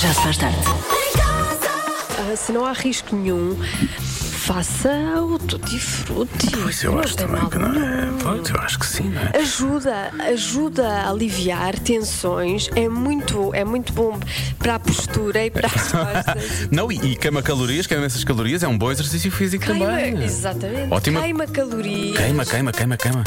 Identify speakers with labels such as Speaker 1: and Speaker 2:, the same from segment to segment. Speaker 1: Já se faz tarde.
Speaker 2: Ah, se não há risco nenhum, faça o tutti frutti.
Speaker 3: Pois eu
Speaker 2: Não
Speaker 3: acho
Speaker 2: tem
Speaker 3: também
Speaker 2: mal
Speaker 3: que não é.
Speaker 2: nenhum.
Speaker 3: Pois eu acho que sim, não é?
Speaker 2: Ajuda, ajuda a aliviar tensões. É muito, é muito bom para a postura e para as costas.
Speaker 3: Não, e, e queima calorias, queima essas calorias, é um bom exercício físico também.
Speaker 2: Queima, exatamente.
Speaker 3: Ótima-
Speaker 2: Queima calorias.
Speaker 3: Queima, queima, queima, queima.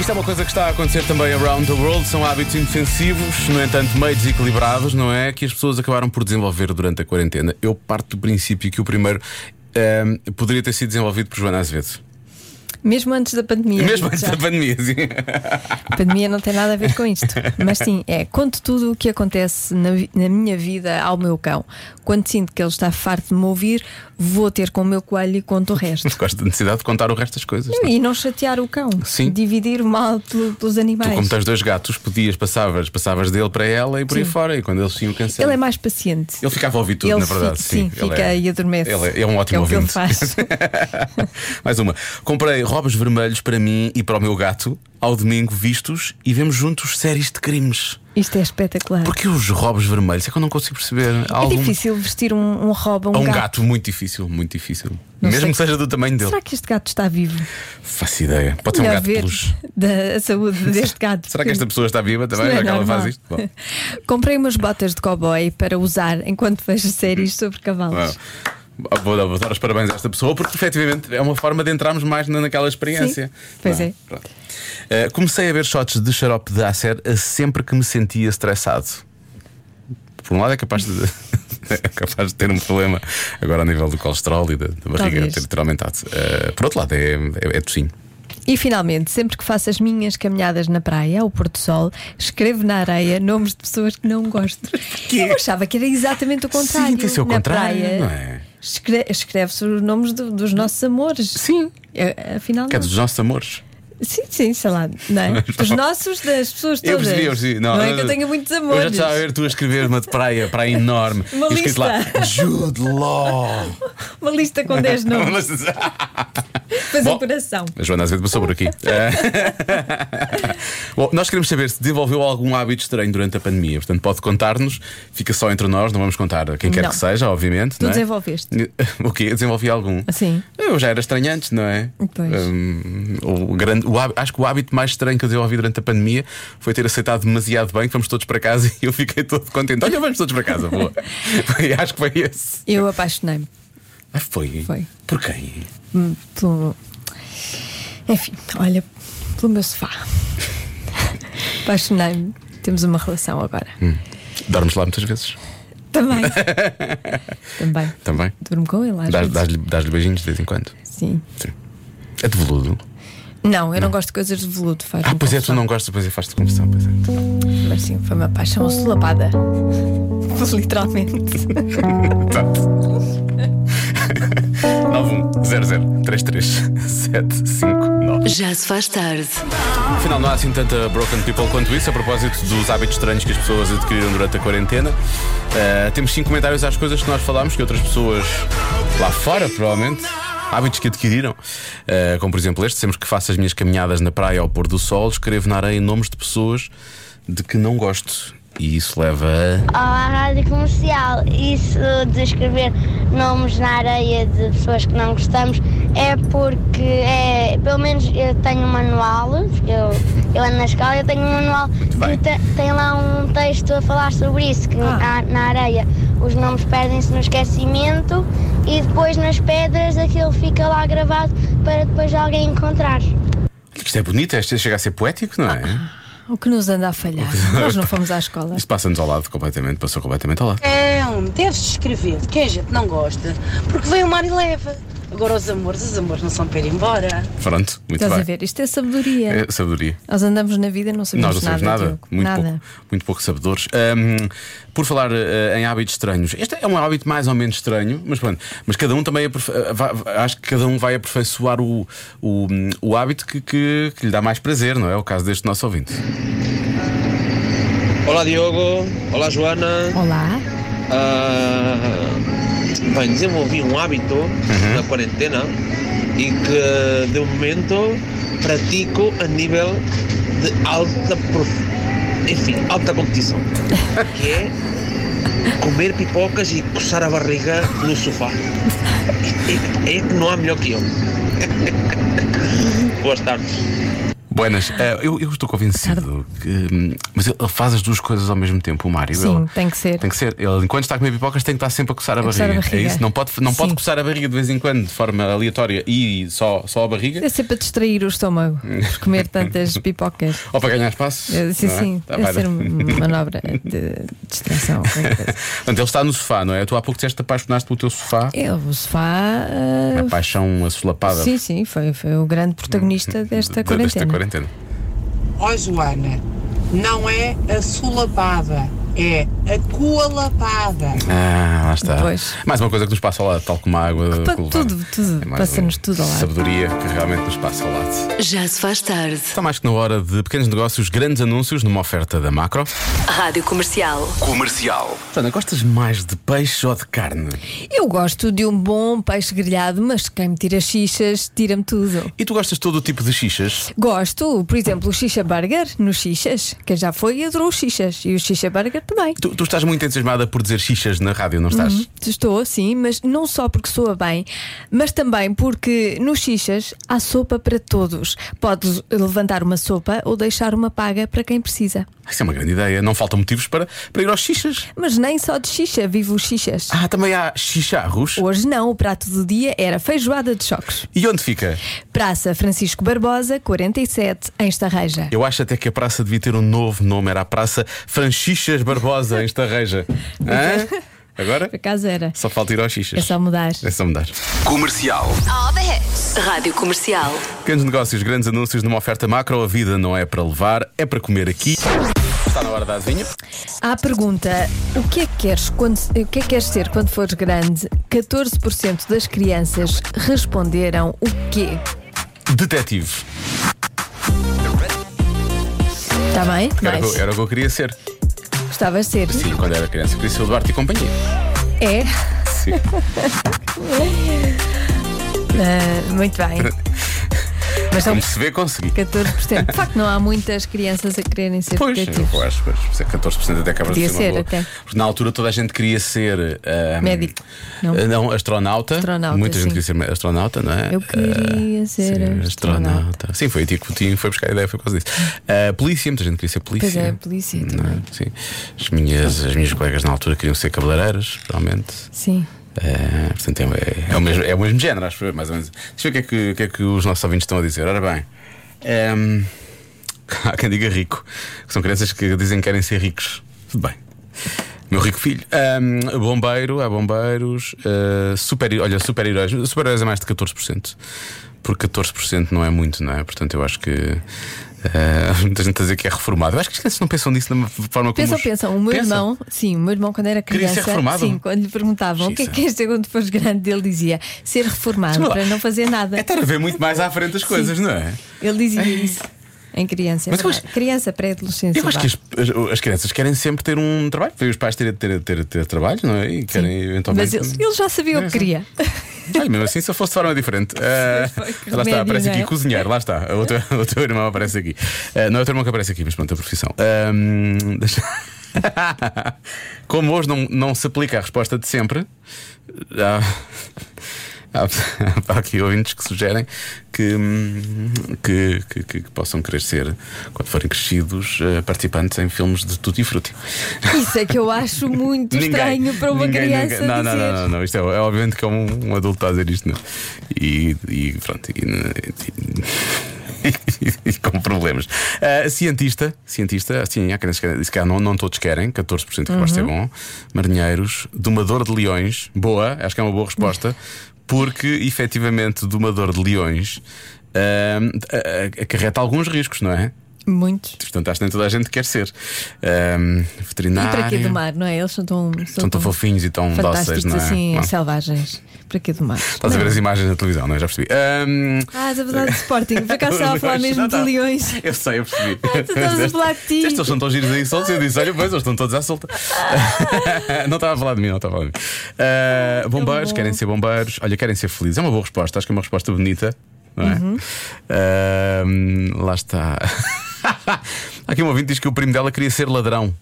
Speaker 3: Isto é uma coisa que está a acontecer também around the world, são hábitos inofensivos, no entanto, meio desequilibrados, não é? Que as pessoas acabaram por desenvolver durante a quarentena. Eu parto do princípio que o primeiro ehm, poderia ter sido desenvolvido por Joana Azevedo.
Speaker 4: Mesmo antes da pandemia.
Speaker 3: Mesmo antes
Speaker 4: já.
Speaker 3: da pandemia, sim.
Speaker 4: A pandemia não tem nada a ver com isto. Mas sim, é, conto tudo o que acontece na, vi- na minha vida ao meu cão. Quando sinto que ele está farto de me ouvir, vou ter com o meu coelho e conto o resto.
Speaker 3: Gosto da necessidade de contar o resto das coisas. não é?
Speaker 4: E não chatear o cão.
Speaker 3: Sim.
Speaker 4: Dividir o mal pelo- pelos
Speaker 3: Tu,
Speaker 4: animais.
Speaker 3: como tens dois gatos, podias, passavas, passavas dele para ela e por aí fora, e quando eles tinham câncer.
Speaker 4: Ele é mais paciente.
Speaker 3: Ele ficava a ouvir tudo,
Speaker 4: Ele
Speaker 3: na verdade.
Speaker 4: fica- sim,
Speaker 3: ele
Speaker 4: fica e adormece.
Speaker 3: Ele é, é um ótimo
Speaker 4: É o que ele
Speaker 3: ouvinte.
Speaker 4: faz.
Speaker 3: Mais uma. Comprei robes vermelhos para mim e para o meu gato ao domingo vistos e vemos juntos séries de crimes.
Speaker 4: Isto é espetacular.
Speaker 3: Porque os robes vermelhos é que eu não consigo perceber. Há
Speaker 4: é
Speaker 3: algum-
Speaker 4: difícil vestir um, um robo a um,
Speaker 3: há um gato. muito difícil, muito difícil.
Speaker 4: Não
Speaker 3: Mesmo
Speaker 4: sei.
Speaker 3: que seja do tamanho dele.
Speaker 4: Será que este gato está vivo?
Speaker 3: Faço ideia. Pode ser um
Speaker 4: Melhor
Speaker 3: gato de
Speaker 4: ver
Speaker 3: peluche.
Speaker 4: da a saúde deste gato.
Speaker 3: Será que esta pessoa está viva também?
Speaker 4: Isto
Speaker 3: Já que
Speaker 4: não é
Speaker 3: ela faz
Speaker 4: normal.
Speaker 3: isto? Bom.
Speaker 4: Comprei umas botas de cowboy para usar enquanto vejo
Speaker 3: Uhum.
Speaker 4: séries sobre cavalos.
Speaker 3: Ah, Vou dar, vou dar os parabéns a esta pessoa porque efetivamente é uma forma de entrarmos mais na- naquela experiência.
Speaker 4: Sim, pois
Speaker 3: Não,
Speaker 4: é.
Speaker 3: pronto. Ah, comecei a ver shots de xarope de Acer a sempre que me sentia estressado. Por um lado é capaz de. É capaz de ter um problema agora a nível do colesterol e da, da barriga
Speaker 4: Talvez.
Speaker 3: ter, ter aumentado. Ah, por outro lado, é, é, é tocinho.
Speaker 4: E finalmente, sempre que faço as minhas caminhadas na praia ao pôr do sol, escrevo na areia nomes de pessoas que não gosto. Eu achava que era exatamente o contrário.
Speaker 3: tem ser o
Speaker 4: na
Speaker 3: contrário,
Speaker 4: praia,
Speaker 3: não é?
Speaker 4: escre- Escreve-se os nomes do- dos nossos amores.
Speaker 3: Sim.
Speaker 4: É, Afinal,
Speaker 3: Que é
Speaker 4: não.
Speaker 3: dos nossos amores.
Speaker 4: sim, sim, sei lá, não é? Dos nossos, das pessoas
Speaker 3: Eu
Speaker 4: todas.
Speaker 3: percebi, eu percebi. eh,
Speaker 4: Não, é que eu tenha muitos
Speaker 3: Eu já
Speaker 4: amores.
Speaker 3: te estava a ver tu a escrever uma de praia, praia enorme.
Speaker 4: Uma
Speaker 3: e escrito lá
Speaker 4: lista.
Speaker 3: Jude Law.
Speaker 4: Uma lista com 10 nomes, depois
Speaker 3: Bom.
Speaker 4: o coração.
Speaker 3: A Joana Azevedo passou por aqui. Eh, Bom, nós queremos saber se desenvolveu algum hábito estranho durante a pandemia. Portanto, pode contar-nos. Fica só entre nós, não vamos contar a quem quer
Speaker 4: Não.
Speaker 3: que seja, obviamente.
Speaker 4: Tu
Speaker 3: não é?
Speaker 4: desenvolveste.
Speaker 3: O quê? Eu desenvolvi algum?
Speaker 4: Sim.
Speaker 3: Eu já era estranho antes, não é?
Speaker 4: Pois.
Speaker 3: Hum, o grande, o hábito- acho que o hábito mais estranho que eu desenvolvi durante a pandemia foi ter aceitado demasiado bem que vamos todos para casa e eu fiquei todo contente. Olha, vamos todos para casa, boa. Foi- acho que foi esse.
Speaker 4: Eu apaixonei-me.
Speaker 3: Ah, foi?
Speaker 4: Foi.
Speaker 3: Por quem?
Speaker 4: Hum, pelo... Enfim, olha, pelo meu sofá. Apaixonei-me. Temos uma relação agora.
Speaker 3: Hum. Dormes lá muitas vezes.
Speaker 4: Também. Também.
Speaker 3: Também.
Speaker 4: Durmo com ele às
Speaker 3: Dás-
Speaker 4: vezes.
Speaker 3: Dás-lhe dás-lhe beijinhos de vez em quando.
Speaker 4: Sim.
Speaker 3: Sim. É de veludo.
Speaker 4: Não, eu não, gosto de coisas de veludo. Faz
Speaker 3: Ah, pois é, tu não gostas, pois é, faz-te confusão. Pois é.
Speaker 4: Mas sim, foi uma paixão solapada. Literalmente.
Speaker 3: Exato. 910033759.
Speaker 1: Já se faz tarde.
Speaker 3: Afinal, não há assim tanta broken people quanto isso, a propósito dos hábitos estranhos que as pessoas adquiriram durante a quarentena. Ah, temos cinco comentários às coisas que nós falámos, que outras pessoas lá fora, provavelmente. Hábitos que adquiriram, Ah, como por exemplo este, sempre que faço as minhas caminhadas na praia ao pôr do sol, escrevo na areia nomes de pessoas de que não gosto. E isso leva a.
Speaker 5: Olá, Rádio Comercial. Isso de escrever nomes na areia de pessoas que não gostamos é porque, é, pelo menos eu tenho um manual, porque eu, eu ando na escola, eu tenho um manual
Speaker 3: bem.
Speaker 5: e te- tem lá um texto a falar sobre isso, que na, na areia os nomes perdem-se no esquecimento e depois nas pedras aquilo fica lá gravado para depois alguém encontrar.
Speaker 3: Isto é bonito, este chega a ser poético, não é?
Speaker 4: o que nos anda a falhar? Nós não fomos à escola.
Speaker 3: Isto passa-nos ao lado completamente, passou completamente ao lado.
Speaker 6: Não, É, deves escrever de quem a gente não gosta, porque vem o mar e leva. Agora os amores, os amores não são para ir embora.
Speaker 3: Pronto, muito
Speaker 4: Estás a
Speaker 3: bem.
Speaker 4: ver? Isto é sabedoria.
Speaker 3: É, sabedoria.
Speaker 4: Nós andamos na vida e não sabemos
Speaker 3: Nós não sabemos nada,
Speaker 4: Diogo.
Speaker 3: muito,
Speaker 4: nada.
Speaker 3: Pouco, muito pouco sabedores. Ahm, por falar eh, em hábitos estranhos, este é um hábito mais ou menos estranho, mas pronto, mas cada um também aperfe- eh, va- va- acho que cada um vai aperfeiçoar o, o, o hábito que, que, que lhe dá mais prazer, não é? O caso deste nosso ouvinte.
Speaker 7: Olá Diogo, olá Joana.
Speaker 4: Olá.
Speaker 7: Ah, bem, desenvolvi um hábito na quarentena e que de momento pratico a nível de alta prof- enfim, alta competição. Que é comer pipocas e coçar a barriga no sofá. É, é que não há melhor que eu. Boas tardes.
Speaker 3: Buenas, eh, eu, eu estou convencido que. hum, Mas ele faz as duas coisas ao mesmo tempo, o Mário.
Speaker 4: Sim,
Speaker 3: ele-
Speaker 4: tem que ser.
Speaker 3: Tem que ser. Ele, enquanto está a comer pipocas, tem que estar sempre a coçar a,
Speaker 4: A coçar
Speaker 3: barriga.
Speaker 4: a barriga.
Speaker 3: É isso, não pode, não pode
Speaker 4: Sim.
Speaker 3: coçar a barriga de vez em quando, de forma aleatória e só, só a barriga.
Speaker 4: É sempre a distrair o estômago por comer tantas pipocas.
Speaker 3: Ou para ganhar espaço.
Speaker 4: Eh, Sim,
Speaker 3: não é?
Speaker 4: sim,
Speaker 3: Tá,
Speaker 4: deve
Speaker 3: vai,
Speaker 4: ser
Speaker 3: vai.
Speaker 4: uma manobra de distração. qualquer coisa.
Speaker 3: Portanto, ele está no sofá, não é? Tu há pouco disseste que te apaixonaste pelo teu sofá. É
Speaker 4: É, o sofá. eh,
Speaker 3: A paixão assolapada
Speaker 4: sim, sim, foi, foi o grande protagonista
Speaker 3: Hum, de-
Speaker 4: desta
Speaker 3: de- desta
Speaker 4: quarentena.
Speaker 3: quarentena.
Speaker 1: Ó Joana, não é a solapada, é a coalapada.
Speaker 3: Ah, lá está.
Speaker 4: Pois.
Speaker 3: Mais uma coisa que nos passa ao lado, tal como a água.
Speaker 4: Pa-
Speaker 3: que levamos.
Speaker 4: tudo, tudo,
Speaker 3: mais
Speaker 4: passa-nos
Speaker 3: um-
Speaker 4: tudo ao lado.
Speaker 3: Sabedoria que realmente nos passa ao lado.
Speaker 8: Já se faz tarde.
Speaker 3: Está mais que na hora de pequenos negócios, grandes anúncios numa oferta da Macro.
Speaker 8: Rádio Comercial.
Speaker 3: Comercial. Joana, gostas mais de peixe ou de carne?
Speaker 4: Eu gosto de um bom peixe grelhado, mas quem me tira xixas, tira-me tudo.
Speaker 3: E tu gostas de todo o tipo de xixas?
Speaker 4: Gosto, por exemplo, o xixa burger nos xixas. Quem já foi adorou os xixas. E o xixa burger também.
Speaker 3: Tu, tu estás muito entusiasmada por dizer xixas na rádio, não estás?
Speaker 4: Uhum. Estou, sim, mas não só porque soa bem, mas também porque nos xixas há sopa para todos. Podes levantar uma sopa ou deixar uma paga para quem precisa.
Speaker 3: Isso é uma grande ideia. Não faltam motivos para, para ir aos xixas.
Speaker 4: Mas nem só de xixa vive os xixas.
Speaker 3: Ah, também há xixarros.
Speaker 4: Hoje não, o prato do dia era feijoada de choques.
Speaker 3: E onde fica?
Speaker 4: Praça Francisco Barbosa, 47, em Estarreja.
Speaker 3: Eu acho até que a praça devia ter um novo nome. Era a Praça Franchixas Barbosa, em Estarreja. Hã? Agora?
Speaker 4: Por acaso era.
Speaker 3: Só falta ir aos xixas.
Speaker 4: É só mudar.
Speaker 3: É só mudar.
Speaker 8: Rádio Comercial.
Speaker 3: Pequenos negócios, grandes anúncios numa oferta macro. A vida não é para levar, é para comer aqui. Está na hora da adivinha.
Speaker 4: Há a pergunta: o que é que queres, quando, o que é que queres ser quando fores grande? 14% das crianças responderam o quê?
Speaker 3: Detetive.
Speaker 4: Está Tá bem?
Speaker 3: Era, o
Speaker 4: Mais.
Speaker 3: que eu- era o que eu queria ser.
Speaker 4: Gostava de ser.
Speaker 3: Sim, quando era criança. Queria ser o Duarte e companhia.
Speaker 4: É?
Speaker 3: Sim.
Speaker 4: Ah, muito bem. Mas são
Speaker 3: Como se vê, consegui.
Speaker 4: 14%. De facto, não há muitas crianças a quererem ser
Speaker 3: Pois,
Speaker 4: detetives.
Speaker 3: eu acho, pois, se é 14% até acaba
Speaker 4: Podia
Speaker 3: de ser, uma
Speaker 4: ser,
Speaker 3: boa.
Speaker 4: até.
Speaker 3: Porque na altura toda a gente queria ser ah,
Speaker 4: Médico, não?
Speaker 3: ah, não, astronauta.
Speaker 4: Astronauta,
Speaker 3: Muita
Speaker 4: sim.
Speaker 3: gente queria ser astronauta, não é?
Speaker 4: Eu queria
Speaker 3: Ah,
Speaker 4: ser
Speaker 3: sim,
Speaker 4: astronauta.
Speaker 3: Sim, foi o tio que o tio foi buscar a ideia, foi por causa disso. Ah, polícia, muita gente queria ser polícia.
Speaker 4: Pois é, polícia
Speaker 3: Não é?
Speaker 4: também.
Speaker 3: Sim. As minhas, as minhas colegas na altura queriam ser cabeleireiras, realmente.
Speaker 4: Sim.
Speaker 3: Ah, portanto, é, é o mesmo, é o mesmo género, acho eu, mais ou menos. Deixa eu ver o que é que, o que é que os nossos ouvintes estão a dizer. Ora bem, ehm, há quem diga rico, que são crianças que dizem que querem ser ricos. Tudo bem. Meu rico filho. Ehm, bombeiro, há bombeiros. eh, super, olha, super-heróis. Super-heróis é mais de 14%. Porque 14% não é muito, não é? Portanto, eu acho que. eh, há muita gente a dizer que é reformado. Eu acho que as crianças não pensam nisso da forma como.
Speaker 4: Pensam,
Speaker 3: os-
Speaker 4: pensam. O meu
Speaker 3: Pensam.
Speaker 4: irmão, sim, o meu irmão quando era
Speaker 3: Queria ser
Speaker 4: criança,
Speaker 3: reformado?
Speaker 4: sim, quando lhe perguntavam o que é que
Speaker 3: Jesus.
Speaker 4: queres ser quando fores grande, ele dizia ser reformado
Speaker 3: Desculpa lá.
Speaker 4: para não fazer nada.
Speaker 3: É estar a ver muito mais à frente as coisas, não é?
Speaker 4: Ele dizia isso em criança. é
Speaker 3: Mas eu
Speaker 4: verdade. Criança, pré-adolescência.
Speaker 3: Eu acho
Speaker 4: vá.
Speaker 3: que as, as- as crianças querem sempre ter um trabalho, porque os pais terem ter, ter, ter trabalho, não é? E querem
Speaker 4: Mas
Speaker 3: eventualmente.
Speaker 4: ele, ele já sabia o
Speaker 3: É,
Speaker 4: que
Speaker 3: sim.
Speaker 4: queria.
Speaker 3: Ai, mesmo assim, se eu fosse de forma diferente. Ah,
Speaker 4: Foi, que
Speaker 3: lá está,
Speaker 4: remédio,
Speaker 3: aparece
Speaker 4: não
Speaker 3: aqui
Speaker 4: é?
Speaker 3: cozinheiro, lá está. O teu, o teu irmão aparece aqui. Ah, não é o teu irmão que aparece aqui, mas pronto, a profissão. Ahm, deixa- Como hoje não, não se aplica a resposta de sempre, há, há, há aqui ouvintes que sugerem que, hum, que, que- que- que possam querer ser, quando forem crescidos, ah, participantes em filmes de tutti frutti.
Speaker 4: Isso é que eu acho muito estranho para uma
Speaker 3: ninguém
Speaker 4: criança
Speaker 3: nunca- não,
Speaker 4: dizer.
Speaker 3: Não, não, não, não. Isto é, é obviamente que é um, um adulto a dizer isto, não. E, e pronto. E, e- e- e com problemas. Ah, cientista, cientista, sim, há crianças que querem- se calhar não, não todos querem, 14% que uhum. é bom. Marinheiros, domador de leões, boa, acho que é uma boa resposta, porque efetivamente domador de leões ah, a- a- acarreta alguns riscos, não é?
Speaker 4: Muitos.
Speaker 3: Portanto, acho que nem toda a gente quer ser. Ah,
Speaker 4: E
Speaker 3: veterinário.
Speaker 4: para que do mar, não é? Eles são tão,
Speaker 3: São tão fofinhos e tão dóceis,
Speaker 4: fantásticos
Speaker 3: não é?
Speaker 4: assim,
Speaker 3: Não.
Speaker 4: selvagens. Para que do mar?
Speaker 3: Estás a ver as imagens na televisão, não é? Já percebi. Ahm,
Speaker 4: Ah, da verdade, Sporting. Por acaso estava a falar
Speaker 3: Leões,
Speaker 4: mesmo
Speaker 3: não
Speaker 4: de
Speaker 3: tá.
Speaker 4: leões.
Speaker 3: Eu sei, eu percebi.
Speaker 4: Ah, tu estás a falar de ti.
Speaker 3: Estes eles são tão giros aí soltos. Eu disse, olha, pois, eles estão todos à solta. não estava a falar de mim, não estava a falar de mim. Ah, bombeiros,
Speaker 4: bom.
Speaker 3: querem ser bombeiros. Olha, querem ser felizes. É uma boa resposta. Acho que é uma resposta bonita, não é? Ahm, lá está. Há aqui um ouvinte que diz que o primo dela queria ser ladrão.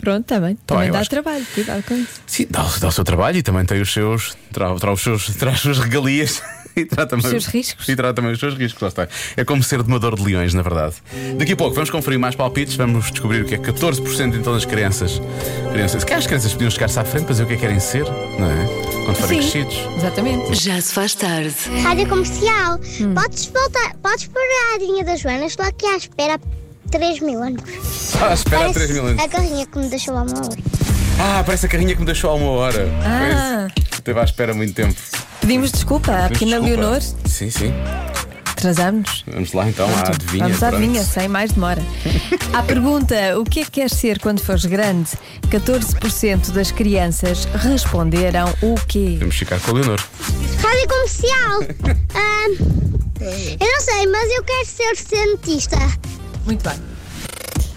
Speaker 4: Pronto, está bem.
Speaker 3: bem,
Speaker 4: Também
Speaker 3: Então, eu
Speaker 4: dá
Speaker 3: acho que-
Speaker 4: trabalho, cuidado com isso.
Speaker 3: Sim, dá, o- dá o seu trabalho e também tem os seus. Traz tra, os seus, tra, as suas regalias. E trata também,
Speaker 4: seus riscos.
Speaker 3: E trata também os seus riscos, lá está. É como ser domador de leões, na verdade. Daqui a pouco vamos conferir mais palpites, vamos descobrir o que é que 14% então das crianças. crianças se calhar as crianças podiam chegar-se à frente para dizer o que é que querem ser, não é? Quando forem
Speaker 4: Sim.
Speaker 3: crescidos.
Speaker 4: Exatamente.
Speaker 8: Já se faz tarde.
Speaker 5: Rádio Comercial, podes voltar, podes pôr a radinha das Joana, estou aqui à espera há 3 mil anos.
Speaker 3: Ah, espera há 3 mil anos.
Speaker 5: É A carrinha que me deixou lá uma hora.
Speaker 3: Ah, parece a carrinha que me deixou há uma hora.
Speaker 4: Ah.
Speaker 3: Pois, Esteve à espera muito tempo.
Speaker 4: Pedimos desculpa à pequena
Speaker 3: Desculpa.
Speaker 4: Leonor,
Speaker 3: Sim, sim.
Speaker 4: atrasámos-nos.
Speaker 3: Vamos lá então à adivinha.
Speaker 4: Vamos à
Speaker 3: pronto.
Speaker 4: adivinha, sem mais demora. À pergunta: o que é que queres ser quando fores grande? 14% das crianças responderam o quê?
Speaker 3: Vamos ficar com a Leonor.
Speaker 5: Rádio Comercial, ah, eu não sei, mas eu quero ser cientista,
Speaker 4: Muito bem.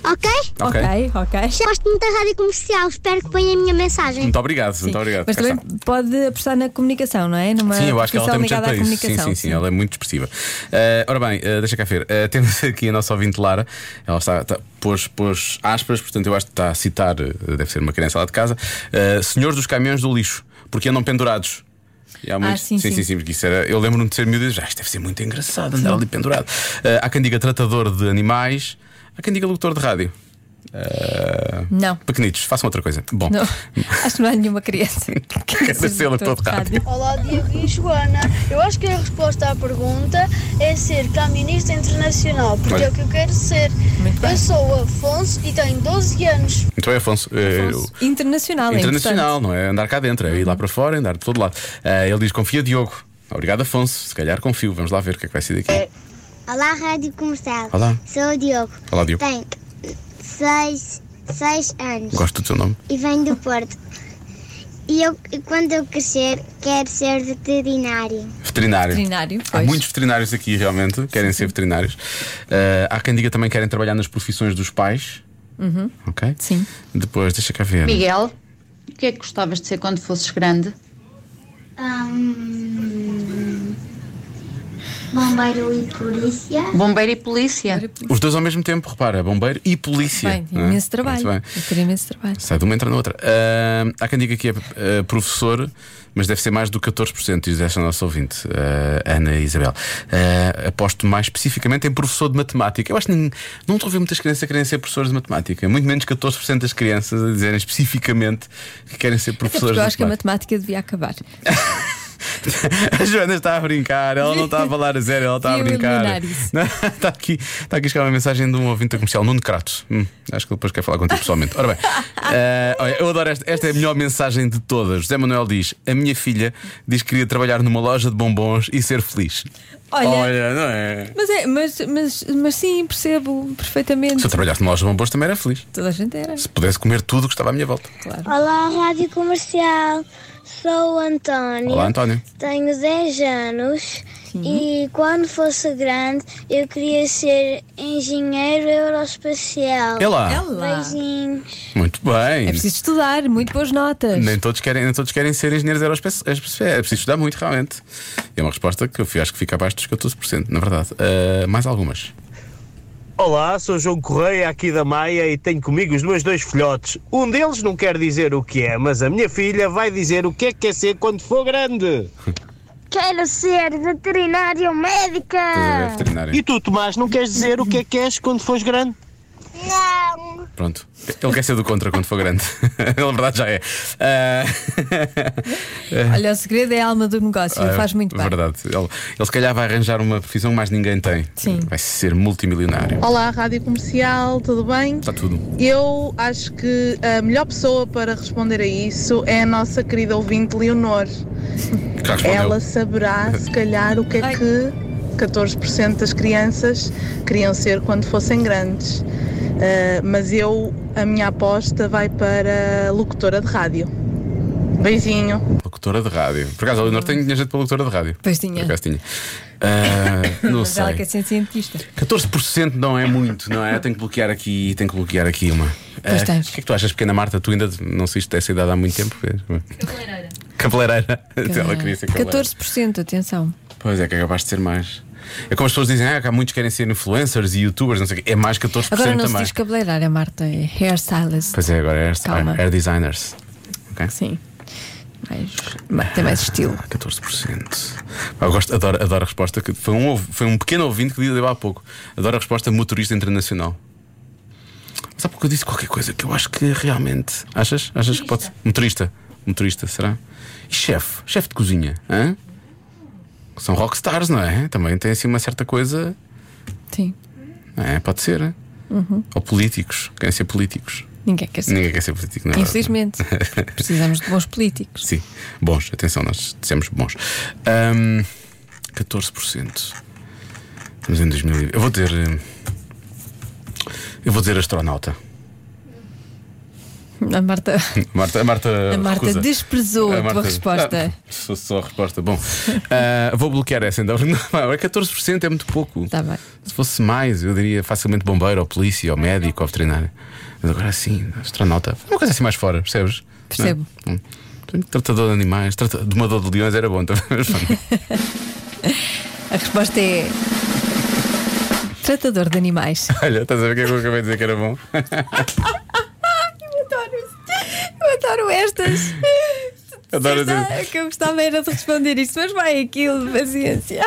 Speaker 5: ok?
Speaker 3: Ok.
Speaker 4: Ok, ok.
Speaker 5: Já Gosto muito da Rádio Comercial, espero que ponha a minha mensagem.
Speaker 3: Muito obrigado, muito obrigado.
Speaker 4: Mas
Speaker 3: Cá
Speaker 4: também
Speaker 3: está.
Speaker 4: pode apostar na comunicação, não é? Numa
Speaker 3: Sim, eu acho que ela tem
Speaker 4: profissão
Speaker 3: muito
Speaker 4: ligada
Speaker 3: jeito
Speaker 4: à
Speaker 3: para isso. Sim, sim,
Speaker 4: comunicação.
Speaker 3: sim, ela é muito expressiva. Eh, ora bem, eh, deixa cá ver. Eh, temos aqui a nossa ouvinte Lara, ela está, está- pôs, pôs aspas, portanto eu acho que está a citar, eh, deve ser uma criança lá de casa, eh, senhores dos caminhões do lixo, porque andam pendurados. E há muitos-
Speaker 4: Ah, sim,
Speaker 3: sim,
Speaker 4: sim.
Speaker 3: sim, porque isso era. Eu lembro-me de ser miúdo e já isto deve ser muito engraçado andar ali pendurado. Eh, há quem diga tratador de animais, há quem diga locutor de rádio. Eh,
Speaker 4: Não.
Speaker 3: Pequenitos, façam outra coisa. Bom,
Speaker 4: Não, acho que não há nenhuma criança que queira
Speaker 3: Quero ser locutor de rádio.
Speaker 9: Olá, Diego e Joana. Eu acho que a resposta à pergunta é ser caminista internacional, porque
Speaker 3: Olha.
Speaker 9: é o que eu quero ser.
Speaker 4: Muito bem.
Speaker 9: Eu sou o Afonso e tenho 12 anos.
Speaker 3: então é Afonso. eh, eu-
Speaker 4: Internacional, é
Speaker 3: Internacional, não é? Andar cá dentro, é ir lá
Speaker 4: Uhum.
Speaker 3: para fora, andar de todo lado. Ah, ele diz: confia, Diogo. Obrigado, Afonso. Se calhar confio. Vamos lá ver o que é que vai sair daqui.
Speaker 5: Olá, Rádio Comercial.
Speaker 3: Olá.
Speaker 5: Sou o Diogo.
Speaker 3: Olá, Diogo.
Speaker 5: Tenho 6 anos
Speaker 3: Gosto do teu nome.
Speaker 5: e venho do Porto. E eu, e quando eu crescer, quero ser veterinário.
Speaker 3: Veterinário.
Speaker 4: Veterinário,
Speaker 3: Há
Speaker 4: pois.
Speaker 3: muitos veterinários aqui, realmente, querem ser veterinários. Ah, há quem diga também que querem trabalhar nas profissões dos pais. Ok?
Speaker 4: Uhum. Sim.
Speaker 3: Depois, deixa cá ver.
Speaker 10: Miguel, o que é que gostavas de ser quando fosses grande?
Speaker 5: bombeiro e polícia.
Speaker 10: Bombeiro e polícia.
Speaker 3: Os dois ao mesmo tempo, repara, bombeiro e polícia.
Speaker 4: Bem,
Speaker 3: não é?
Speaker 4: imenso trabalho.
Speaker 3: Muito bem.
Speaker 4: Eu teria imenso trabalho.
Speaker 3: Sai de uma, entra na outra. Ah, há quem diga que é ah, professor, mas deve ser mais do que 14%, diz esta nossa ouvinte, ah, Ana Isabel. Ah, aposto mais especificamente em professor de matemática. Eu acho que nem- não estou a ver muitas crianças a querem ser professores de matemática. Muito menos 14% das crianças a dizerem especificamente que querem ser
Speaker 4: Até
Speaker 3: professores
Speaker 4: porque
Speaker 3: de
Speaker 4: eu acho que a
Speaker 3: matemática.
Speaker 4: matemática devia acabar.
Speaker 3: A Joana está a brincar, ela não está a falar a sério, ela está a
Speaker 4: Devia
Speaker 3: brincar.
Speaker 4: eliminar isso.
Speaker 3: Não, Está aqui, está aqui a chegar uma mensagem de um ouvinte comercial, Nuno Crato. Hum, acho que ele depois quer falar contigo pessoalmente. Ora bem, eh, olha, eu adoro esta, esta é a melhor mensagem de todas. José Manuel diz: A minha filha diz que queria trabalhar numa loja de bombons e ser feliz.
Speaker 4: Olha.
Speaker 3: não é?
Speaker 4: Mas, é, mas, mas, mas sim, percebo perfeitamente.
Speaker 3: Se eu trabalhasse numa loja de bombons também era feliz.
Speaker 4: Toda a gente era. né?
Speaker 3: Se pudesse comer tudo o que estava à minha volta.
Speaker 5: Olá, Rádio Comercial. Sou o António.
Speaker 3: Olá, António.
Speaker 5: Tenho 10 anos e quando fosse grande eu queria ser engenheiro aeroespacial.
Speaker 3: É lá.
Speaker 4: Ela.
Speaker 5: Beijinhos.
Speaker 3: Muito bem.
Speaker 4: É preciso estudar, muito boas notas.
Speaker 3: Nem todos querem, nem todos querem ser engenheiros aeroespaciais. É preciso estudar muito, realmente. É uma resposta que eu fui- acho que fica abaixo dos 14%, na verdade. Ah, mais algumas.
Speaker 11: Olá, sou João Correia, aqui da Maia, e tenho comigo os meus dois filhotes. Um deles não quer dizer o que é, mas a minha filha vai dizer o que é que quer ser quando for grande.
Speaker 5: Quero ser veterinário
Speaker 3: Estás a ver,
Speaker 5: médica.
Speaker 4: Ah.
Speaker 3: veterinário.
Speaker 11: E tu, Tomás, não queres dizer o que é que queres quando fores grande?
Speaker 5: Não.
Speaker 3: Pronto. Ele quer ser do contra quando for grande. Ele, na verdade, já é. Ah,
Speaker 4: Olha, o segredo é a alma do negócio,
Speaker 3: ah,
Speaker 4: faz muito bem.
Speaker 3: Verdade. Ele, ele, se calhar, vai arranjar uma profissão que mais ninguém tem.
Speaker 4: Sim.
Speaker 3: Vai ser multimilionário.
Speaker 12: Olá, Rádio Comercial, tudo bem?
Speaker 3: Está tudo.
Speaker 12: Eu acho que a melhor pessoa para responder a isso é a nossa querida ouvinte Leonor.
Speaker 3: Já respondeu.
Speaker 12: Ela saberá, se calhar, o que é
Speaker 4: Ai.
Speaker 12: que 14% das crianças queriam ser quando fossem grandes. Ah, mas eu, a minha aposta vai para locutora de rádio. Beijinho.
Speaker 3: Locutora de rádio. Por acaso, a Leonor tem gente para locutora de rádio.
Speaker 4: Pois tinha.
Speaker 3: Por acaso tinha. Ah, não
Speaker 4: Mas
Speaker 3: sei.
Speaker 4: ela quer ser cientista.
Speaker 3: 14% não é muito, não é? Tenho que bloquear aqui, tenho que bloquear aqui uma.
Speaker 4: Pois
Speaker 3: Ah,
Speaker 4: tens.
Speaker 3: O que é que tu achas, pequena Marta? Tu ainda não saíste dessa idade há muito tempo? Cabeleireira. Cabeleireira. Então, Ela queria ser cabeleireira.
Speaker 4: 14%, atenção.
Speaker 3: Pois é, que é capaz de ser mais. É como as pessoas dizem, ah, que há muitos que querem ser influencers e youtubers, não sei o quê. É mais 14%
Speaker 4: Agora não se
Speaker 3: também.
Speaker 4: diz cabeleireira, Marta, é hairstylist.
Speaker 3: Pois é, agora é hair,
Speaker 4: Calma.
Speaker 3: hair designers. Ok?
Speaker 4: Sim. Mais, tem mais estilo.
Speaker 3: Ah, 14%. Pá, Ah, Eu gosto, adoro, adoro a resposta. que Foi um, ouv- foi um pequeno ouvinte que deu há pouco. Adoro a resposta motorista internacional. Mas há pouco eu disse qualquer coisa que eu acho que realmente. Achas? Achas que pode ser? Motorista. Motorista, será? E chefe? Chefe de cozinha? hã? São rockstars, não é? Também tem assim uma certa coisa.
Speaker 4: Sim.
Speaker 3: não É, pode ser. hã?
Speaker 4: Uhum.
Speaker 3: Ou políticos. Querem ser políticos.
Speaker 4: Ninguém quer ser.
Speaker 3: Ninguém quer ser político, não é?
Speaker 4: Infelizmente. Precisamos de bons políticos.
Speaker 3: Sim, bons, atenção, nós dissemos bons. Ahm, 14%. Estamos em 2000. e- Eu vou ter. eh, Eu vou dizer astronauta.
Speaker 4: A Marta,
Speaker 3: A Marta, a Marta,
Speaker 4: a Marta
Speaker 3: recusa.
Speaker 4: desprezou a, tua
Speaker 3: Marta-
Speaker 4: resposta.
Speaker 3: Ah, só, só a resposta. Bom, ah, vou bloquear essa então. Não, agora 14% é muito pouco.
Speaker 4: Tá bem.
Speaker 3: Se fosse mais, eu diria facilmente bombeiro, ou polícia, ou médico, ou veterinário. Mas agora sim, astronauta. Uma coisa assim mais fora, percebes?
Speaker 4: Percebo.
Speaker 3: Não é? Hum. Tratador de animais, trata- domador de leões era bom também. mas pronto.
Speaker 4: A resposta é. Tratador de animais.
Speaker 3: Olha, estás a ver o que é que eu acabei de dizer que era bom?
Speaker 4: Eu adoro isto. Eu adoro estas.
Speaker 3: Adoro dizer.
Speaker 4: Ah, O que eu gostava era de responder isto, mas vai aquilo, paciência.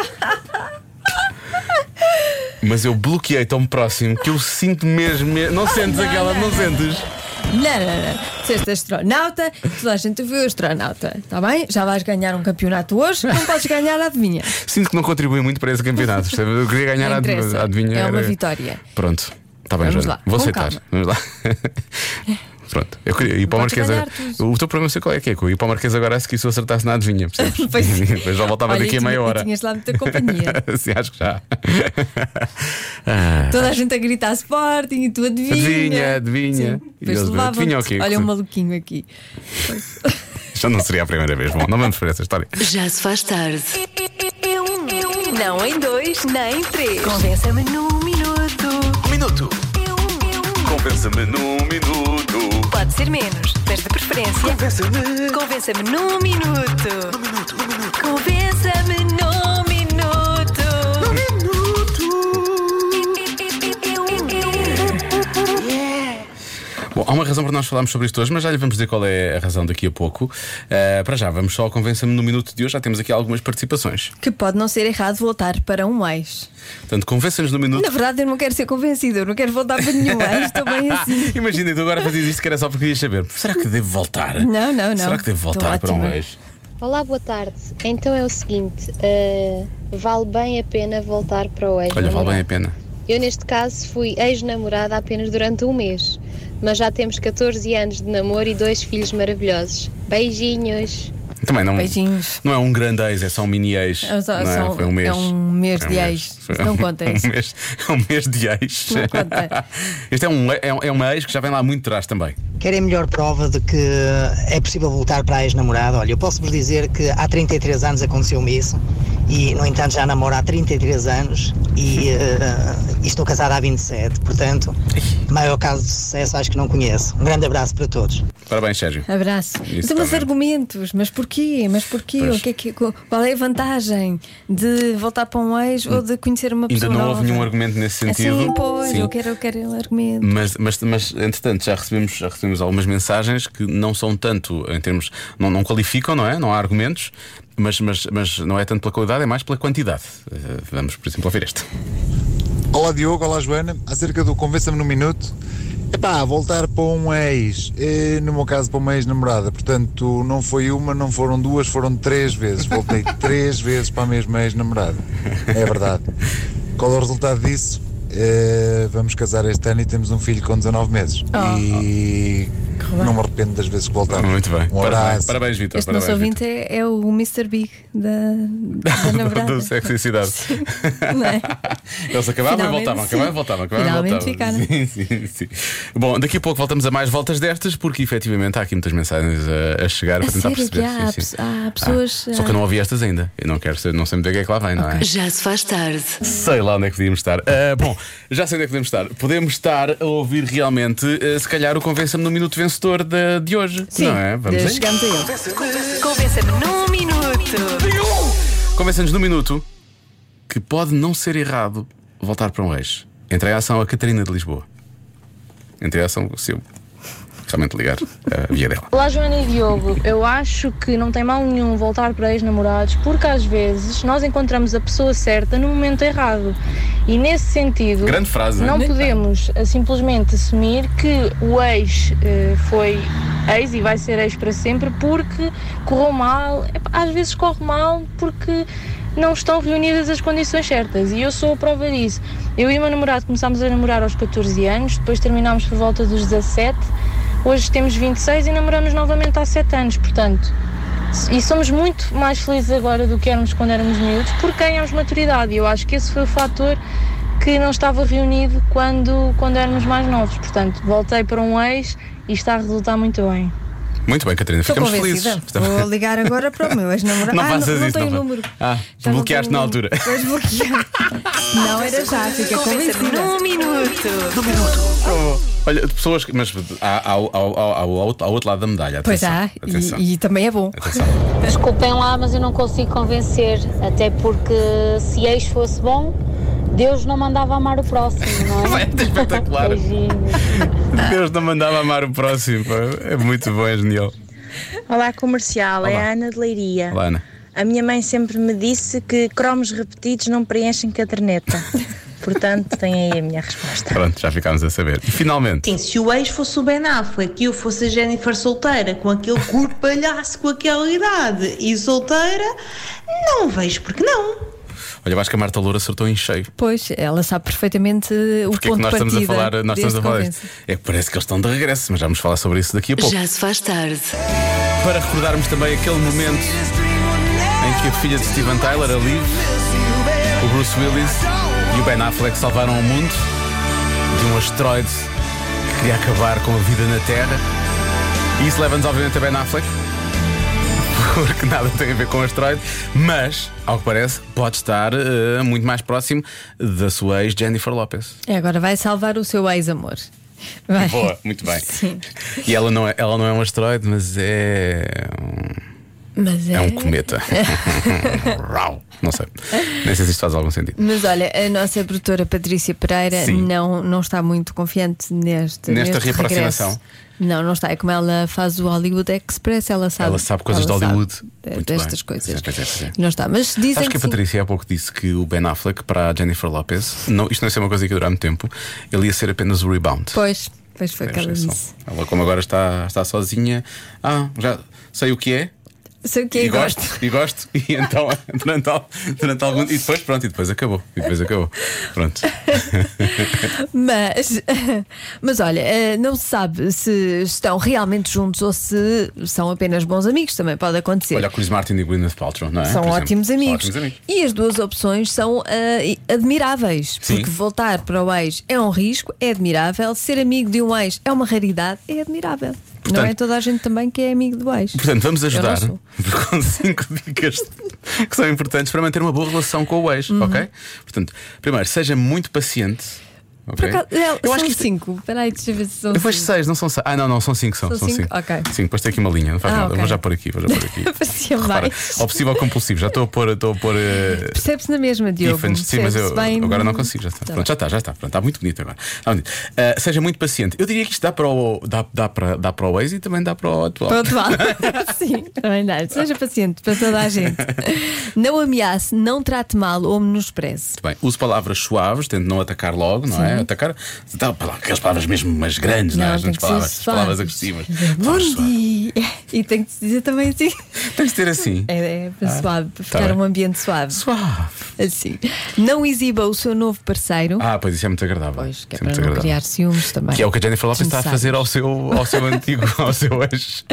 Speaker 3: Mas eu bloqueei tão próximo que eu sinto mesmo. mesmo- Não sentes aquela, não sentes?
Speaker 4: Não, não, não. Disseste astronauta, toda a gente viu astronauta, está bem? Já vais ganhar um campeonato hoje, não podes ganhar, adivinha.
Speaker 3: Sinto que não contribui muito para esse campeonato. percebe? Eu queria ganhar
Speaker 4: Não
Speaker 3: a
Speaker 4: interessa,
Speaker 3: adivinha.
Speaker 4: é uma
Speaker 3: era-
Speaker 4: vitória.
Speaker 3: Pronto, está bem,
Speaker 4: Vamos
Speaker 3: Joana.
Speaker 4: lá,
Speaker 3: Vou
Speaker 4: com
Speaker 3: aceitar.
Speaker 4: calma.
Speaker 3: Vamos lá. Pronto, eu queria ir para o
Speaker 4: Podes
Speaker 3: Marquês.
Speaker 4: ganhar
Speaker 3: O teu problema sei qual é que é que eu ia para o Marquês agora a seguir se eu acertasse na adivinha, percebes?
Speaker 4: Pois é.
Speaker 3: Depois já voltava
Speaker 4: Olha,
Speaker 3: daqui a
Speaker 4: e
Speaker 3: meia
Speaker 4: tinha- e
Speaker 3: hora.
Speaker 4: Tinhas lá muita companhia.
Speaker 3: Sim, acho que já. Ah,
Speaker 4: Toda a gente a gritar Sporting e tu adivinha.
Speaker 3: Adivinha, adivinha.
Speaker 4: Sim,
Speaker 3: E
Speaker 4: Depois
Speaker 3: eles,
Speaker 4: levava
Speaker 3: adivinha o quê?
Speaker 4: Olha o maluquinho aqui.
Speaker 3: Já não seria a primeira vez. Bom, não vamos por essa história.
Speaker 8: Já se faz tarde. Não em dois, nem em três. Convença-me num minuto. Um minuto.
Speaker 3: Compensa-me num minuto.
Speaker 8: Pode ser menos, mas de preferência. Convença-me. Convença-me num minuto. Num minuto, num minuto. Convença-me num minuto. Num minuto.
Speaker 3: Bom, há uma razão para nós falarmos sobre isto hoje, mas já lhe vamos dizer qual é a razão daqui a pouco. Ah, para já, vamos só ao Convença-me no minuto de hoje. Já temos aqui algumas participações.
Speaker 4: Que pode não ser errado voltar para um ex.
Speaker 3: Portanto, convença-nos no minuto.
Speaker 4: Na verdade, eu não quero ser convencida, eu não quero voltar para nenhum ex, estou bem assim.
Speaker 3: Ah, Imagina, tu agora fazias isto que era só porque querias saber. Será que devo voltar?
Speaker 4: Não, não, não.
Speaker 3: Será que devo
Speaker 4: Estou
Speaker 3: voltar para um
Speaker 4: ótima.
Speaker 3: ex?
Speaker 13: Olá, boa tarde. Então é o seguinte, eh, vale bem a pena voltar para o ex
Speaker 3: Olha, vale bem a pena.
Speaker 13: Eu neste caso fui ex-namorada apenas durante um mês, mas já temos 14 anos de namoro e dois filhos maravilhosos. Beijinhos.
Speaker 3: Também não,
Speaker 4: Beijinhos.
Speaker 3: não é um grande ex, é só um mini ex.
Speaker 4: É só-
Speaker 3: não
Speaker 4: só-
Speaker 3: Foi um mês.
Speaker 4: é um mês de ex.
Speaker 3: Foi
Speaker 4: Não conta
Speaker 3: um
Speaker 4: isso.
Speaker 3: mês- É um mês de ex.
Speaker 4: Não conta.
Speaker 3: este é, um, é, é uma ex que já vem lá muito atrás também.
Speaker 14: Querem é melhor prova de que é possível voltar para a ex-namorada? Olha, eu posso-vos dizer que há 33 anos aconteceu-me isso e, no entanto, já namoro há 33 anos e, eh, e estou casada há 27. Portanto, maior caso de sucesso acho que não conheço. Um grande abraço para todos.
Speaker 3: Parabéns, Sérgio.
Speaker 4: Abraço.
Speaker 3: Isso
Speaker 4: Então, mas
Speaker 3: também.
Speaker 4: argumentos, mas porquê? Mas porquê?
Speaker 3: Pois.
Speaker 4: O que é que, qual é a vantagem de voltar para um ex ou de conhecer uma
Speaker 3: Ainda
Speaker 4: pessoa?
Speaker 3: não houve
Speaker 4: nova?
Speaker 3: nenhum argumento nesse
Speaker 4: Ah,
Speaker 3: sentido.
Speaker 4: Sim, pois,
Speaker 3: Sim. Hum,
Speaker 4: eu quero, eu quero argumento.
Speaker 3: Mas, mas, mas entretanto, já recebemos, já recebemos algumas mensagens que não são tanto em termos. não, não qualificam, não é? Não há argumentos, mas, mas, mas não é tanto pela qualidade, é mais pela quantidade. Eh, Vamos, por exemplo, ouvir este.
Speaker 15: Olá Diogo, olá Joana, acerca do Convença-me no Minuto. Epá, voltar para um ex, eh, no meu caso para uma ex-namorada, portanto não foi uma, não foram duas, foram três vezes. Voltei três vezes para a mesma ex-namorada. É verdade. Qual é o resultado disso? Eh, vamos casar este ano e temos um filho com 19 meses. E não me arrependo das vezes que voltamos.
Speaker 3: Muito bem.
Speaker 15: Um
Speaker 3: Parabéns,
Speaker 15: abraço.
Speaker 3: parabéns Vitor.
Speaker 4: Este
Speaker 3: parabéns,
Speaker 4: nosso ouvinte é, é o Mr. Big da, da
Speaker 3: Vitor.
Speaker 4: namorada.
Speaker 3: Do sexicidade.
Speaker 4: não é?
Speaker 3: Eles acabavam
Speaker 4: Finalmente,
Speaker 3: e voltavam,
Speaker 4: sim.
Speaker 3: acabavam e voltavam, acabavam
Speaker 4: Finalmente
Speaker 3: e voltavam.
Speaker 4: ficaram.
Speaker 3: Sim, sim, sim. Bom, daqui a pouco voltamos a mais voltas destas, porque efetivamente há aqui muitas mensagens a, a chegar
Speaker 4: A
Speaker 3: para tentar
Speaker 4: sério que
Speaker 3: perceber.
Speaker 4: há,
Speaker 3: Sim, sim.
Speaker 4: pe- há pessoas.
Speaker 3: Só que eu
Speaker 4: ah,
Speaker 3: não ouvi estas ainda. Eu não quero ser, não sei muito bem o que é que lá vem, não é?
Speaker 8: Já se faz tarde.
Speaker 3: Sei lá onde é que podíamos estar. Ah, bom, já sei onde é que podemos estar. Podemos estar a ouvir realmente, ah, se calhar, o Convença-me no Minuto Vencedor de, de hoje.
Speaker 8: Sim,
Speaker 3: não é? Vamos aí.
Speaker 4: Chegamos a ele.
Speaker 8: Convença-me num minuto.
Speaker 3: Convença-nos no Minuto que pode não ser errado voltar para um ex. Entrei a ação a Catarina de Lisboa. Entrei a ação se eu realmente ligar a via dela.
Speaker 16: Olá, Joana e Diogo. Eu acho que não tem mal nenhum voltar para ex-namorados, porque às vezes nós encontramos a pessoa certa no momento errado. E nesse sentido,
Speaker 3: Grande frase, né?
Speaker 16: não
Speaker 3: hein?
Speaker 16: podemos eh, simplesmente assumir que o ex eh, foi ex e vai ser ex para sempre porque correu mal. Epá, Às vezes corre mal porque não estão reunidas as condições certas e eu sou a prova disso. Eu e o meu namorado começámos a namorar aos 14 anos, depois terminámos por volta dos 17, hoje temos 26 e namoramos novamente há 7 anos, portanto. E somos muito mais felizes agora do que éramos quando éramos miúdos, porque ganhámos maturidade. E eu acho que esse foi o fator que não estava reunido quando, quando éramos mais novos. Portanto, voltei para um ex e está a resultar muito bem.
Speaker 3: Muito bem, Catarina,
Speaker 4: Estou
Speaker 3: ficamos
Speaker 4: convencida.
Speaker 3: felizes.
Speaker 4: Vou ligar agora para o meu ex-namorado.
Speaker 3: Não
Speaker 4: ah,
Speaker 3: faças
Speaker 4: não,
Speaker 3: isso,
Speaker 4: não tenho
Speaker 3: não
Speaker 4: o número.
Speaker 3: Ah,
Speaker 4: Já não
Speaker 3: bloqueaste
Speaker 4: tenho
Speaker 3: na
Speaker 4: o
Speaker 3: altura.
Speaker 4: Pois bloqueado. Não era já, fica
Speaker 8: Convença-me
Speaker 4: convencida.
Speaker 8: num minuto.
Speaker 3: Olha, de pessoas que. Mas há, há, há, há- há o outro- há o outro lado da medalha.
Speaker 4: Pois
Speaker 3: atenção,
Speaker 4: há,
Speaker 3: atenção.
Speaker 4: e, e também é bom.
Speaker 17: Desculpem lá, mas eu não consigo convencer. Até porque se ex fosse bom, Deus não mandava amar o próximo, não é?
Speaker 3: espetacular. Deus não mandava amar o próximo. pá. É muito bom, é genial.
Speaker 18: Olá, comercial, é
Speaker 3: Olá.
Speaker 18: a Ana de Leiria.
Speaker 3: Olá, Ana.
Speaker 18: A minha mãe sempre me disse que cromos repetidos não preenchem caderneta. Portanto, tem aí a minha resposta.
Speaker 3: Pronto, já ficámos a saber. E finalmente.
Speaker 19: Sim, se o ex fosse o Ben Affleck e eu fosse a Jennifer solteira, com aquele corpo palhaço, com aquela idade e solteira, não vejo porque não.
Speaker 3: Olha, eu acho que a Marta Loura acertou em cheio.
Speaker 4: Pois, ela sabe perfeitamente o
Speaker 3: Porque é
Speaker 4: ponto
Speaker 3: que nós
Speaker 4: de
Speaker 3: estamos a
Speaker 4: partida
Speaker 3: falar, nós estamos
Speaker 4: deste
Speaker 3: a falar
Speaker 4: convence.
Speaker 3: disto. É que parece que eles estão de regresso, mas já vamos falar sobre isso daqui a pouco.
Speaker 8: Já se faz tarde.
Speaker 3: Para recordarmos também aquele momento em que a filha de Steven Tyler, a Liv, o Bruce Willis e o Ben Affleck salvaram o mundo de um asteroide que queria acabar com a vida na Terra. E isso leva-nos, obviamente, a Ben Affleck, porque nada tem a ver com asteroide, mas, ao que parece, pode estar eh, muito mais próximo da sua ex Jennifer Lopez.
Speaker 4: É, agora vai salvar o seu ex-amor. Vai.
Speaker 3: Boa, muito bem.
Speaker 4: Sim.
Speaker 3: E ela não é, ela não é um asteroide, mas é.
Speaker 4: Mas é.
Speaker 3: É um cometa. Rau. não sei. Nem sei se isto faz algum sentido.
Speaker 4: Mas olha, a nossa produtora Patrícia Pereira
Speaker 3: Sim.
Speaker 4: não, não está muito confiante neste,
Speaker 3: Nesta
Speaker 4: neste
Speaker 3: reaproximação.
Speaker 4: regresso. Não, não está. É como ela faz o Hollywood Express, ela sabe.
Speaker 3: Ela sabe coisas
Speaker 4: ela
Speaker 3: de Hollywood.
Speaker 4: sabe de-
Speaker 3: Muito
Speaker 4: destas
Speaker 3: bem.
Speaker 4: coisas.
Speaker 3: Sim, pois é, pois é.
Speaker 4: Não está. Mas dizem
Speaker 3: Sabes que a
Speaker 4: sim.
Speaker 3: Patrícia há pouco disse que o Ben Affleck para a Jennifer Lopez, não, isto não ia ser uma coisa que ia durar muito tempo, ele ia ser apenas o rebound.
Speaker 4: Pois, pois foi o que
Speaker 3: Era
Speaker 4: ela
Speaker 3: exceção.
Speaker 4: disse.
Speaker 3: Ela, como agora está, está sozinha, ah, já sei o que é,
Speaker 4: Sei o que é
Speaker 3: e
Speaker 4: e
Speaker 3: gosto, e gosto, e então durante, al- durante algum. E depois, pronto, e depois acabou. E depois acabou. Pronto.
Speaker 4: Mas, mas olha, eh, não se sabe se estão realmente juntos ou se são apenas bons amigos, também pode acontecer.
Speaker 3: Olha, o Chris Martin e Gwyneth Paltrow, não é?
Speaker 4: São
Speaker 3: Por exemplo.
Speaker 4: ótimos, amigos.
Speaker 3: São ótimos amigos.
Speaker 4: E as duas opções são ah, e- admiráveis.
Speaker 3: Sim.
Speaker 4: Porque voltar para o ex é um risco, é admirável. Ser amigo de um ex é uma raridade, é admirável. não
Speaker 3: Portanto-
Speaker 4: é toda a gente também que é amigo do ex.
Speaker 3: Portanto, vamos
Speaker 4: Eu não
Speaker 3: ajudar
Speaker 4: sou.
Speaker 3: com cinco dicas que são importantes para manter uma boa relação com o ex,
Speaker 4: Uhum.
Speaker 3: ok? Portanto, primeiro, seja muito paciente.
Speaker 4: Por
Speaker 3: ok?
Speaker 4: acaso, é,
Speaker 3: eu
Speaker 4: são
Speaker 3: acho que isto-
Speaker 4: cinco. Espera aí, deixa eu ver se são
Speaker 3: Eu vejo
Speaker 4: cinco.
Speaker 3: seis, não são seis. Ah, não, não, são cinco. São,
Speaker 4: São
Speaker 3: são
Speaker 4: cinco?
Speaker 3: cinco.
Speaker 4: Ok.
Speaker 3: Sim, depois tem aqui uma linha, não faz
Speaker 4: Ah,
Speaker 3: nada.
Speaker 4: ok.
Speaker 3: Vou já pôr aqui, vou já pôr aqui.
Speaker 4: Parecia
Speaker 3: Repara,
Speaker 4: mais.
Speaker 3: obsessivo ou compulsivo, já estou a pôr, estou a pôr eh,
Speaker 4: Percebe-se na mesma, Diogo.
Speaker 3: Ifans, sim, mas eu
Speaker 4: Percebe-se bem.
Speaker 3: agora não consigo. Já está.
Speaker 4: Tá
Speaker 3: Pronto, já está, já está. Pronto, está muito bonito agora. Está bonito. Ah, seja muito paciente. Eu diria que isto dá para o, dá, dá para, dá para o ex e também dá para o atual.
Speaker 4: Pronto, vá. Sim, também dá. Seja paciente para toda a gente. Não ameace, não trate mal ou menospreze.
Speaker 3: Muito bem. Use palavras suaves, tente não atacar logo, não é?
Speaker 4: Sim.
Speaker 3: Atacar. Dá para lá aquelas palavras mesmo mais grandes, não,
Speaker 4: Não,
Speaker 3: é? As
Speaker 4: tem
Speaker 3: grandes
Speaker 4: que ser
Speaker 3: palavras,
Speaker 4: suaves.
Speaker 3: palavras agressivas.
Speaker 4: Bom dia! E tem que se dizer também assim.
Speaker 3: Tem que ser assim.
Speaker 4: É, é para
Speaker 3: Ah,
Speaker 4: suave,
Speaker 3: tá
Speaker 4: para ficar
Speaker 3: bem.
Speaker 4: um ambiente suave.
Speaker 3: Suave.
Speaker 4: Assim. Não exiba o seu novo parceiro.
Speaker 3: Ah, pois isso é muito agradável. Pois,
Speaker 4: que é para não criar ciúmes também.
Speaker 3: Que é o que a Jennifer Lopez está a fazer ao
Speaker 4: Desnecessários.
Speaker 3: seu, ao seu antigo, ao seu ex.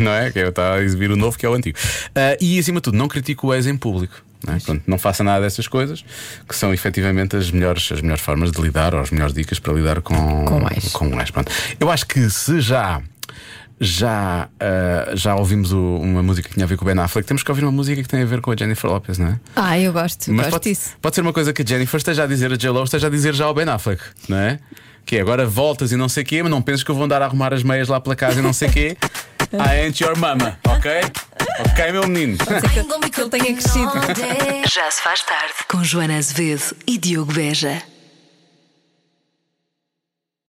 Speaker 3: Não é? Que é, está a exibir o novo que é o antigo. Ah, e acima de tudo, não critique o ex em público. Não, é? Pronto, não faça nada dessas coisas que são efetivamente as melhores, as melhores formas de lidar ou as melhores dicas para lidar com,
Speaker 4: Com o ex.
Speaker 3: com o ex, pronto. Eu acho que se já. Já, ah, já ouvimos o- uma música que tinha a ver com o Ben Affleck, temos que ouvir uma música que tem a ver com a Jennifer Lopez, não é?
Speaker 4: Ah, eu gosto,
Speaker 3: Mas
Speaker 4: gosto
Speaker 3: pode,
Speaker 4: disso.
Speaker 3: pode ser uma coisa que a Jennifer esteja a dizer a J-Lo, esteja a dizer já ao Ben Affleck, não é? Que é agora voltas e não sei o quê, mas não penses que eu vou andar a arrumar as meias lá pela casa e não sei o quê. I ain't your mama, ok? Ok, meu menino.
Speaker 16: que ele tenha crescido.
Speaker 4: Já se faz tarde com Joana Azevedo e Diogo Beja.